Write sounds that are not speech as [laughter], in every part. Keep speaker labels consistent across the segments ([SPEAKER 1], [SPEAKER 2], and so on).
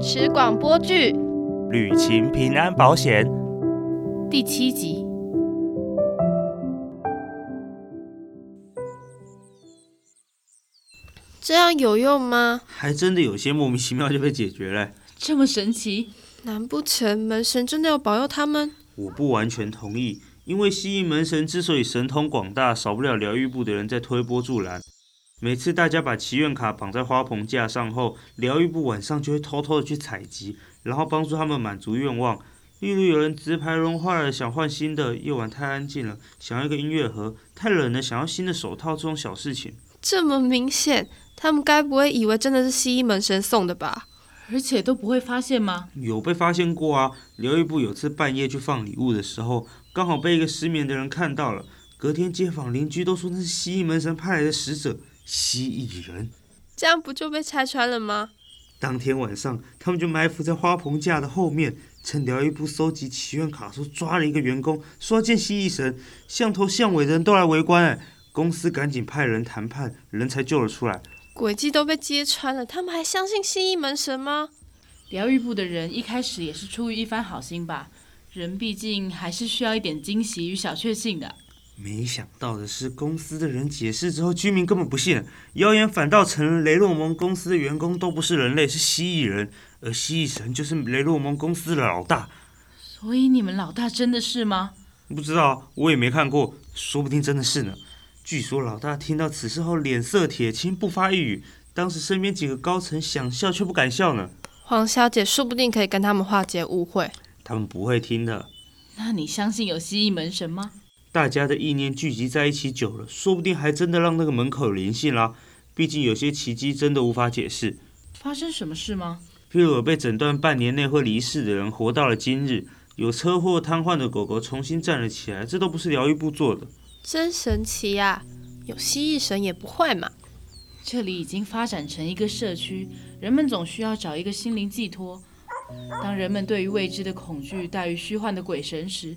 [SPEAKER 1] 吃广播剧
[SPEAKER 2] 旅行平安保险，
[SPEAKER 3] 第七集。
[SPEAKER 1] 这样有用吗？
[SPEAKER 4] 还真的有些莫名其妙就被解决了。
[SPEAKER 3] 这么神奇？
[SPEAKER 1] 难不成门神真的要保佑他们？
[SPEAKER 4] 我不完全同意，因为蜥蜴门神之所以神通广大，少不了疗愈部的人在推波助澜。每次大家把祈愿卡绑在花棚架上后，疗愈部晚上就会偷偷的去采集，然后帮助他们满足愿望。例如有人直排融化了，想换新的；夜晚太安静了，想要一个音乐盒；太冷了，想要新的手套。这种小事情，
[SPEAKER 1] 这么明显，他们该不会以为真的是蜥蜴门神送的吧？
[SPEAKER 3] 而且都不会发现吗？
[SPEAKER 4] 有被发现过啊！疗愈部有次半夜去放礼物的时候，刚好被一个失眠的人看到了。隔天街坊邻居都说那是蜥蜴门神派来的使者——蜥蜴人。
[SPEAKER 1] 这样不就被拆穿了吗？
[SPEAKER 4] 当天晚上，他们就埋伏在花棚架的后面，趁疗愈部收集祈愿卡时候抓了一个员工，说要见蜥蜴神，巷头巷尾的人都来围观。哎，公司赶紧派人谈判，人才救了出来。
[SPEAKER 1] 诡计都被揭穿了，他们还相信蜥蜴门神吗？
[SPEAKER 3] 疗愈部的人一开始也是出于一番好心吧，人毕竟还是需要一点惊喜与小确幸的。
[SPEAKER 4] 没想到的是，公司的人解释之后，居民根本不信，谣言反倒成了雷洛蒙公司的员工都不是人类，是蜥蜴人，而蜥蜴神就是雷洛蒙公司的老大。
[SPEAKER 3] 所以你们老大真的是吗？
[SPEAKER 4] 不知道，我也没看过，说不定真的是呢。据说老大听到此事后脸色铁青，不发一语。当时身边几个高层想笑却不敢笑呢，
[SPEAKER 1] 黄小姐说不定可以跟他们化解误会。
[SPEAKER 4] 他们不会听的。
[SPEAKER 3] 那你相信有蜥蜴门神吗？
[SPEAKER 4] 大家的意念聚集在一起久了，说不定还真的让那个门口有灵性啦。毕竟有些奇迹真的无法解释，
[SPEAKER 3] 发生什么事吗？
[SPEAKER 4] 譬如有被诊断半年内会离世的人活到了今日，有车祸瘫痪的狗狗重新站了起来，这都不是疗愈部做的。
[SPEAKER 1] 真神奇呀、有蜥蜴神也不坏嘛。
[SPEAKER 3] 这里已经发展成一个社区，人们总需要找一个心灵寄托。当人们对于未知的恐惧大于虚幻的鬼神时，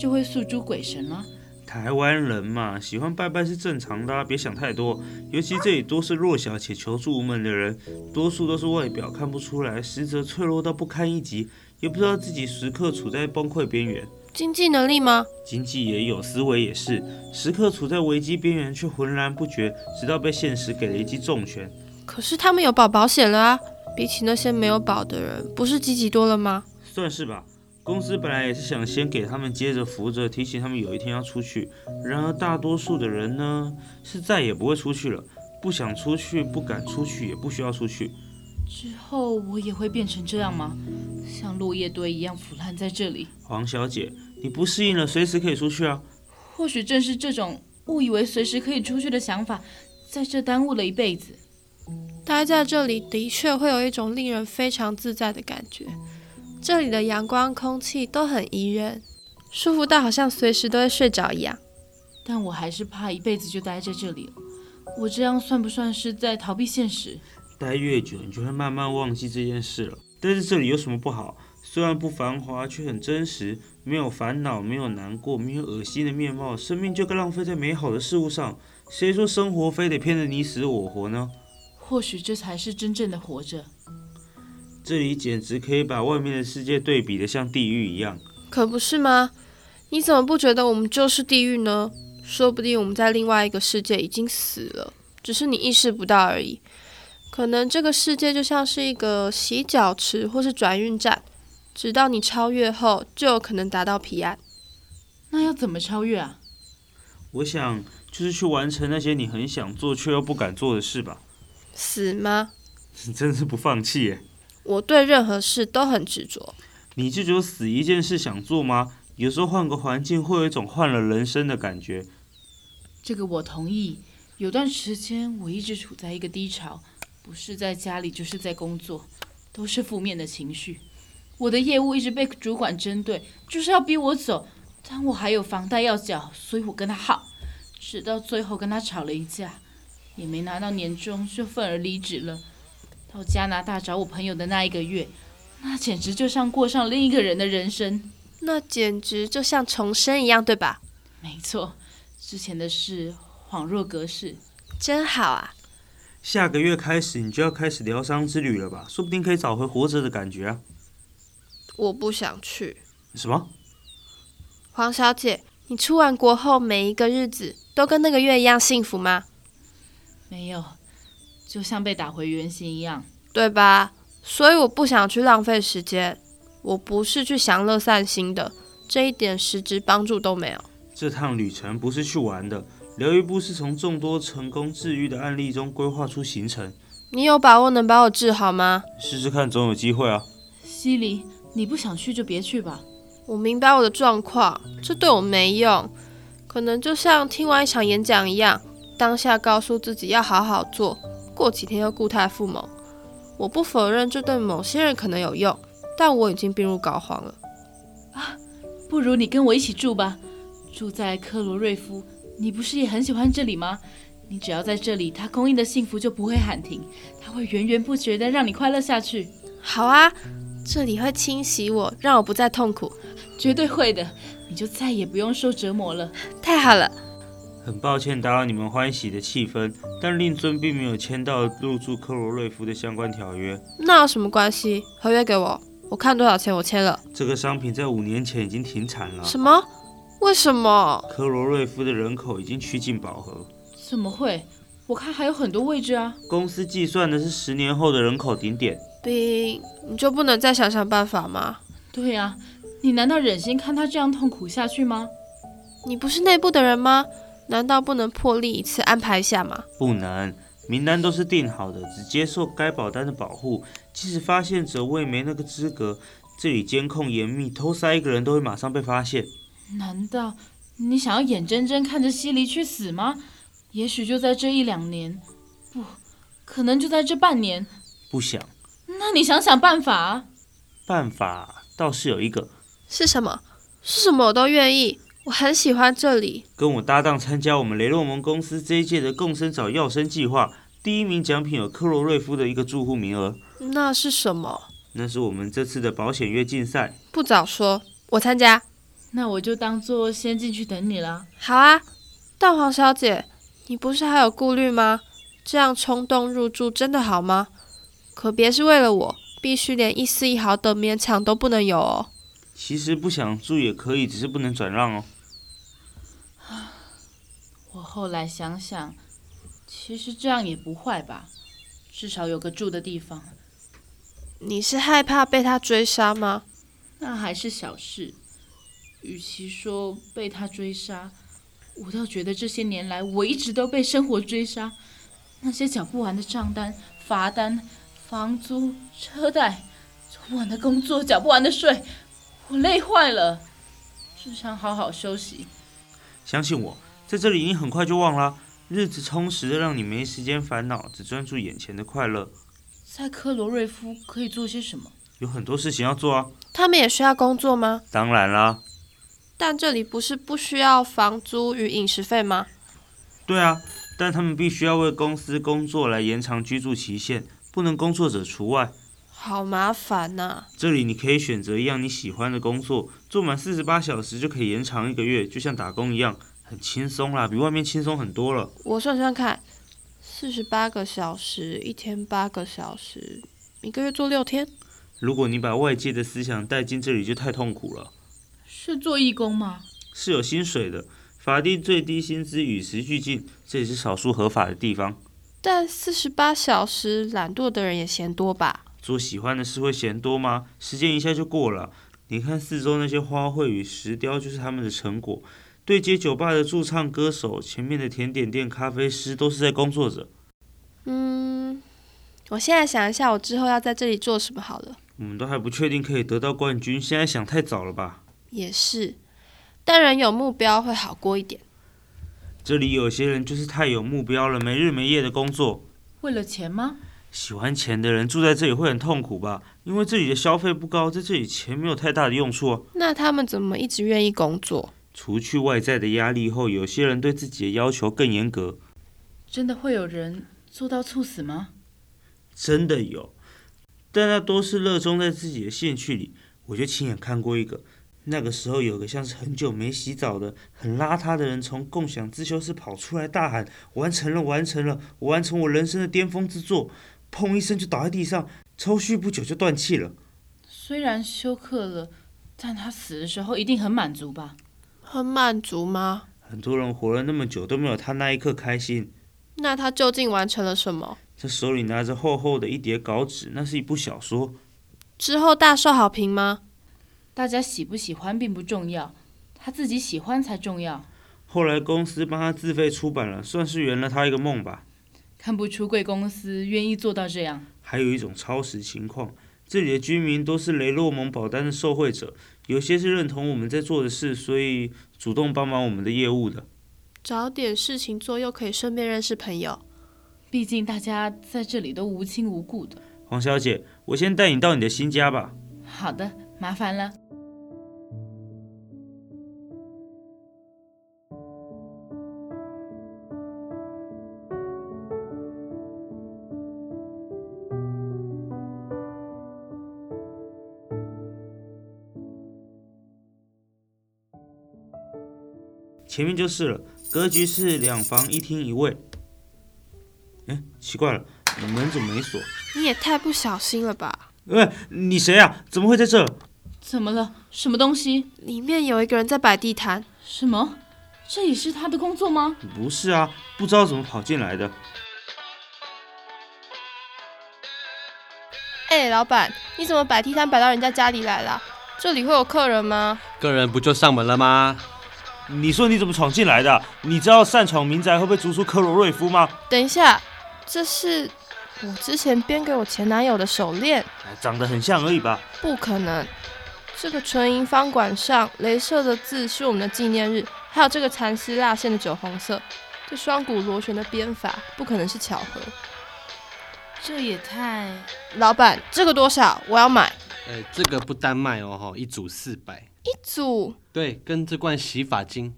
[SPEAKER 3] 就会诉诸鬼神了。
[SPEAKER 4] 台湾人嘛，喜欢拜拜是正常的、啊，别想太多。尤其这里多是弱小且求助无门的人，多数都是外表看不出来，实则脆弱到不堪一击，也不知道自己时刻处在崩溃边缘。
[SPEAKER 1] 经济能力吗？
[SPEAKER 4] 经济也有，思维也是，时刻处在危机边缘，却浑然不觉，直到被现实给了一记重拳。
[SPEAKER 1] 可是他们有保保险了啊，比起那些没有保的人，不是积极多了吗？
[SPEAKER 4] 算是吧。公司本来也是想先给他们接着扶着，提醒他们有一天要出去。然而大多数的人呢，是再也不会出去了，不想出去，不敢出去，也不需要出去。
[SPEAKER 3] 之后我也会变成这样吗？像落叶堆一样腐烂在这里？
[SPEAKER 4] 黄小姐，你不适应了，随时可以出去啊。
[SPEAKER 3] 或许正是这种误以为随时可以出去的想法，在这耽误了一辈子。
[SPEAKER 1] 待在这里的确会有一种令人非常自在的感觉，这里的阳光、空气都很宜人，舒服到好像随时都会睡着一样。
[SPEAKER 3] 但我还是怕一辈子就待在这里了。我这样算不算是在逃避现实？
[SPEAKER 4] 待越久，你就会慢慢忘记这件事了。但是这里有什么不好？虽然不繁华，却很真实，没有烦恼，没有难过，没有恶心的面貌，生命就该浪费在美好的事物上。谁说生活非得骗得你死我活呢？
[SPEAKER 3] 或许这才是真正的活着。
[SPEAKER 4] 这里简直可以把外面的世界对比得像地狱一样。
[SPEAKER 1] 可不是吗？你怎么不觉得我们就是地狱呢？说不定我们在另外一个世界已经死了，只是你意识不到而已。可能这个世界就像是一个洗脚池或是转运站，直到你超越后，就有可能达到彼岸。
[SPEAKER 3] 那要怎么超越啊？
[SPEAKER 4] 我想，就是去完成那些你很想做却又不敢做的事吧。 [laughs]
[SPEAKER 1] 死吗？
[SPEAKER 4] 你真是不放弃耶！
[SPEAKER 1] 我对任何事都很执着。
[SPEAKER 4] 你就只有死一件事想做吗？有时候换个环境，会有一种换了人生的感觉。
[SPEAKER 3] 这个我同意。有段时间我一直处在一个低潮，不是在家里就是在工作，都是负面的情绪。我的业务一直被主管针对，就是要逼我走，但我还有房贷要缴，所以我跟他耗，直到最后跟他吵了一架，也没拿到年终，就愤而离职了。到加拿大找我朋友的那一个月，那简直就像过上另一个人的人生。
[SPEAKER 1] 那简直就像重生一样，对吧？
[SPEAKER 3] 没错，之前的事恍若隔世。
[SPEAKER 1] 真好啊！
[SPEAKER 4] 下个月开始你就要开始疗伤之旅了吧？说不定可以找回活着的感觉啊！
[SPEAKER 1] 我不想去。
[SPEAKER 4] 什么？
[SPEAKER 1] 黄小姐，你出完国后每一个日子都跟那个月一样幸福吗？
[SPEAKER 3] 没有，就像被打回原形一样。
[SPEAKER 1] 对吧？所以我不想去浪费时间，我不是去享乐散心的，这一点实质帮助都没有。
[SPEAKER 4] 这趟旅程不是去玩的，疗愈部是从众多成功治愈的案例中规划出行程，
[SPEAKER 1] 你有把握能把我治好吗？
[SPEAKER 4] 试试看，总有机会啊！
[SPEAKER 3] 西里，你不想去就别去吧。
[SPEAKER 1] 我明白我的状况，这对我没用。可能就像听完一场演讲一样，当下告诉自己要好好做，过几天又故态复萌。我不否认这对某些人可能有用，但我已经病入膏肓了。
[SPEAKER 3] 不如你跟我一起住吧，住在克罗瑞夫。你不是也很喜欢这里吗？你只要在这里，它供应的幸福就不会喊停，它会源源不绝的让你快乐下去，
[SPEAKER 1] 好啊，这里会清洗我，让我不再痛苦。
[SPEAKER 3] 绝对会的。你就再也不用受折磨了。
[SPEAKER 1] 太好了，
[SPEAKER 4] 很抱歉打扰你们欢喜的气氛，但令尊并没有签到入住克罗瑞夫的相关条约。
[SPEAKER 1] 那有什么关系？合约给我，我看多少钱我签了。
[SPEAKER 4] 这个商品在五年前已经停产了，
[SPEAKER 1] 什么？为什么？
[SPEAKER 4] 科罗瑞夫的人口已经趋近饱和。
[SPEAKER 3] 怎么会？我看还有很多位置啊。
[SPEAKER 4] 公司计算的是十年后的人口顶点，
[SPEAKER 1] 冰，你就不能再想想办法吗？
[SPEAKER 3] 对呀、你难道忍心看他这样痛苦下去吗？
[SPEAKER 1] 你不是内部的人吗？难道不能破例一次安排一下吗？
[SPEAKER 4] 不能。名单都是定好的，只接受该保单的保护。即使发现者未没那个资格，这里监控严密，偷塞一个人都会马上被发现。
[SPEAKER 3] 难道你想要眼睁睁看着西离去死吗？也许就在这一两年，不可能就在这半年。
[SPEAKER 4] 不想
[SPEAKER 3] 那你想想办法啊！
[SPEAKER 4] 办法倒是有一个，
[SPEAKER 1] 是什么？是什么我都愿意。我很喜欢这里，
[SPEAKER 4] 跟我搭档参加我们雷诺蒙公司这一届的共生找药生计划，第一名奖品有科罗瑞夫的一个住户名额，
[SPEAKER 1] 那是什么？
[SPEAKER 4] 那是我们这次的保险月竞赛。
[SPEAKER 1] 不早说，我参加。
[SPEAKER 3] 那我就当做先进去等你啦。
[SPEAKER 1] 好啊，蛋黄小姐，你不是还有顾虑吗？这样冲动入住真的好吗？可别是为了我，必须连一丝一毫的勉强都不能有哦。
[SPEAKER 4] 其实不想住也可以，只是不能转让哦。
[SPEAKER 3] 我后来想想，其实这样也不坏吧，至少有个住的地方，
[SPEAKER 1] 你是害怕被他追杀吗？
[SPEAKER 3] 那还是小事。与其说被他追杀，我倒觉得这些年来我一直都被生活追杀，那些缴不完的账单、罚单、房租、车贷，做不完的工作、缴不完的税，我累坏了，只想好好休息。
[SPEAKER 4] 相信我，在这里你很快就忘啦。日子充实的让你没时间烦恼，只专注眼前的快乐。
[SPEAKER 3] 在科罗瑞夫可以做些什么？
[SPEAKER 4] 有很多事情要做啊，
[SPEAKER 1] 他们也需要工作吗？
[SPEAKER 4] 当然啦。
[SPEAKER 1] 但这里不是不需要房租与饮食费吗？
[SPEAKER 4] 对啊，但他们必须要为公司工作来延长居住期限，不能工作者除外。
[SPEAKER 1] 好麻烦呐、
[SPEAKER 4] 这里你可以选择一样你喜欢的工作，做满四十八小时就可以延长一个月，就像打工一样，很轻松啦，比外面轻松很多了。
[SPEAKER 1] 我算算看，四十八个小时，一天八个小时，一个月做六天，
[SPEAKER 4] 如果你把外界的思想带进这里，就太痛苦了。
[SPEAKER 3] 是做义工吗？
[SPEAKER 4] 是有薪水的，法定最低薪资与时俱进，这也是少数合法的地方。
[SPEAKER 1] 但四十八小时懒惰的人也嫌多吧？
[SPEAKER 4] 做喜欢的事会嫌多吗？时间一下就过了。你看四周那些花卉与石雕，就是他们的成果。对接酒吧的驻唱歌手，前面的甜点店、咖啡师都是在工作着。
[SPEAKER 1] 嗯，我现在想一下，我之后要在这里做什么好了。
[SPEAKER 4] 我们都还不确定可以得到冠军，现在想太早了吧？
[SPEAKER 1] 也是，但人有目标会好过一点。
[SPEAKER 4] 这里有些人就是太有目标了，没日没夜的工作。
[SPEAKER 3] 为了钱吗？
[SPEAKER 4] 喜欢钱的人住在这里会很痛苦吧？因为这里的消费不高，在这里钱没有太大的用处啊、
[SPEAKER 1] 那他们怎么一直愿意工作？
[SPEAKER 4] 除去外在的压力后，有些人对自己的要求更严格，
[SPEAKER 3] 真的会有人做到猝死吗？
[SPEAKER 4] 真的有，但那都是热衷在自己的兴趣里。我就亲眼看过一个，那个时候，有个像是很久没洗澡的、很邋遢的人从共享自修室跑出来，大喊：“完成了，完成了！我完成我人生的巅峰之作！”砰一声就倒在地上，抽搐不久就断气了。
[SPEAKER 3] 虽然休克了，但他死的时候一定很满足吧？
[SPEAKER 1] 很满足吗？
[SPEAKER 4] 很多人活了那么久都没有他那一刻开心。
[SPEAKER 1] 那他究竟完成了什么？
[SPEAKER 4] 他手里拿着厚厚的一叠稿纸，那是一部小说。
[SPEAKER 1] 之后大受好评吗？
[SPEAKER 3] 大家喜不喜欢并不重要，他自己喜欢才重要。
[SPEAKER 4] 后来公司帮他自费出版了，算是圆了他一个梦吧。
[SPEAKER 3] 看不出贵公司愿意做到这样。
[SPEAKER 4] 还有一种超时情况，这里的居民都是雷洛蒙保单的受惠者，有些是认同我们在做的事，所以主动帮忙我们的业务的。
[SPEAKER 1] 找点事情做，又可以顺便认识朋友。
[SPEAKER 3] 毕竟大家在这里都无亲无故的。
[SPEAKER 4] 黄小姐，我先带你到你的新家吧。
[SPEAKER 3] 好的，麻烦了。
[SPEAKER 4] 前面就是了，格局是两房一厅一卫。哎，奇怪了，门怎么没锁？
[SPEAKER 1] 你也太不小心了吧！
[SPEAKER 4] 喂，你谁啊？怎么会在这？
[SPEAKER 3] 怎么了？什么东西？
[SPEAKER 1] 里面有一个人在摆地摊，
[SPEAKER 3] 什么？这也是他的工作吗？
[SPEAKER 4] 不是啊，不知道怎么跑进来的。
[SPEAKER 1] 哎，老板，你怎么摆地摊摆到人家家里来了？这里会有客人吗？
[SPEAKER 5] 个人不就上门了吗？
[SPEAKER 4] 你说你怎么闯进来的？你知道擅闯民宅会被逐出科罗瑞夫吗？
[SPEAKER 1] 等一下，这是我之前编给我前男友的手链，
[SPEAKER 4] 哎长得很像而已吧。
[SPEAKER 1] 不可能。这个纯银方管上镭射的字是我们的纪念日，还有这个蚕丝蜡线的酒红色，这双股螺旋的编法不可能是巧合。
[SPEAKER 3] 这也太……
[SPEAKER 1] 老板，这个多少？我要买
[SPEAKER 5] 呃，这个不单卖哦，哈，一组四百。
[SPEAKER 1] 一组。
[SPEAKER 5] 对，跟这罐洗发精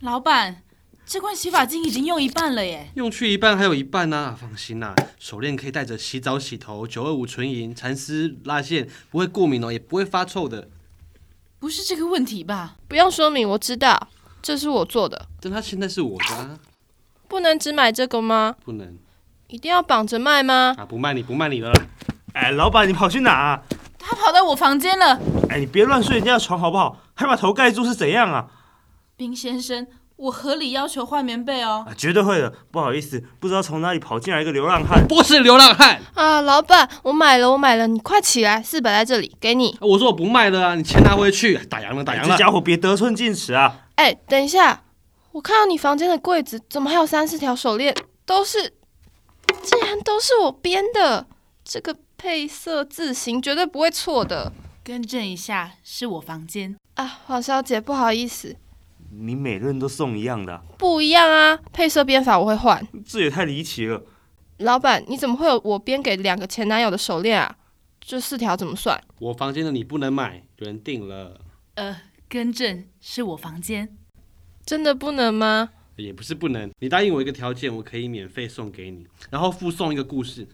[SPEAKER 3] 老板，这罐洗发精已经用一半了耶。
[SPEAKER 5] 用去一半，还有一半呢、放心啦、手链可以带着洗澡、洗头、九二五纯银、蚕丝、蜡线，不会过敏哦，也不会发臭的。
[SPEAKER 3] 不是这个问题吧？
[SPEAKER 1] 不用说明，我知道，这是我做的，
[SPEAKER 5] 但它现在是我的、啊，
[SPEAKER 1] 不能只买这个吗？
[SPEAKER 5] 不能
[SPEAKER 1] 一定要绑着卖吗？
[SPEAKER 5] 啊，不卖你不卖你了啦。
[SPEAKER 4] 哎，老板，你跑去哪、啊？
[SPEAKER 3] 他跑到我房间了，
[SPEAKER 4] 哎，你别乱睡人家的床好不好？还把头盖住是怎样啊？
[SPEAKER 3] 冰先生，我合理要求换棉被哦。
[SPEAKER 4] 啊，绝对会的。不好意思，不知道从哪里跑进来一个流浪汉。
[SPEAKER 5] 不是流浪汉、啊
[SPEAKER 1] 啊，老板，我买了，我买了，你快起来，四百在这里，给你。
[SPEAKER 5] 我说我不卖了啊，你钱拿回去。打烊了，打烊
[SPEAKER 4] 这
[SPEAKER 5] 了。
[SPEAKER 4] 家伙别得寸进尺啊！
[SPEAKER 1] 哎，等一下，我看到你房间的柜子怎么还有三四条手链，都是，竟然都是我编的，这个配色字型绝对不会错的
[SPEAKER 3] 更正一下，是我房间。
[SPEAKER 1] 啊！黄小姐，不好意思，
[SPEAKER 4] 你每个人都送一样的啊、
[SPEAKER 1] 不一样啊，配色编法我会换。
[SPEAKER 4] 这也太离奇了。
[SPEAKER 1] 老板，你怎么会有我编给两个前男友的手链啊？这四条怎么算？
[SPEAKER 5] 我房间的你不能买，有人订了，
[SPEAKER 3] 呃，更正，是我房间。
[SPEAKER 1] 真的不能吗？
[SPEAKER 5] 也不是不能。你答应我一个条件，我可以免费送给你，然后附送一个故事。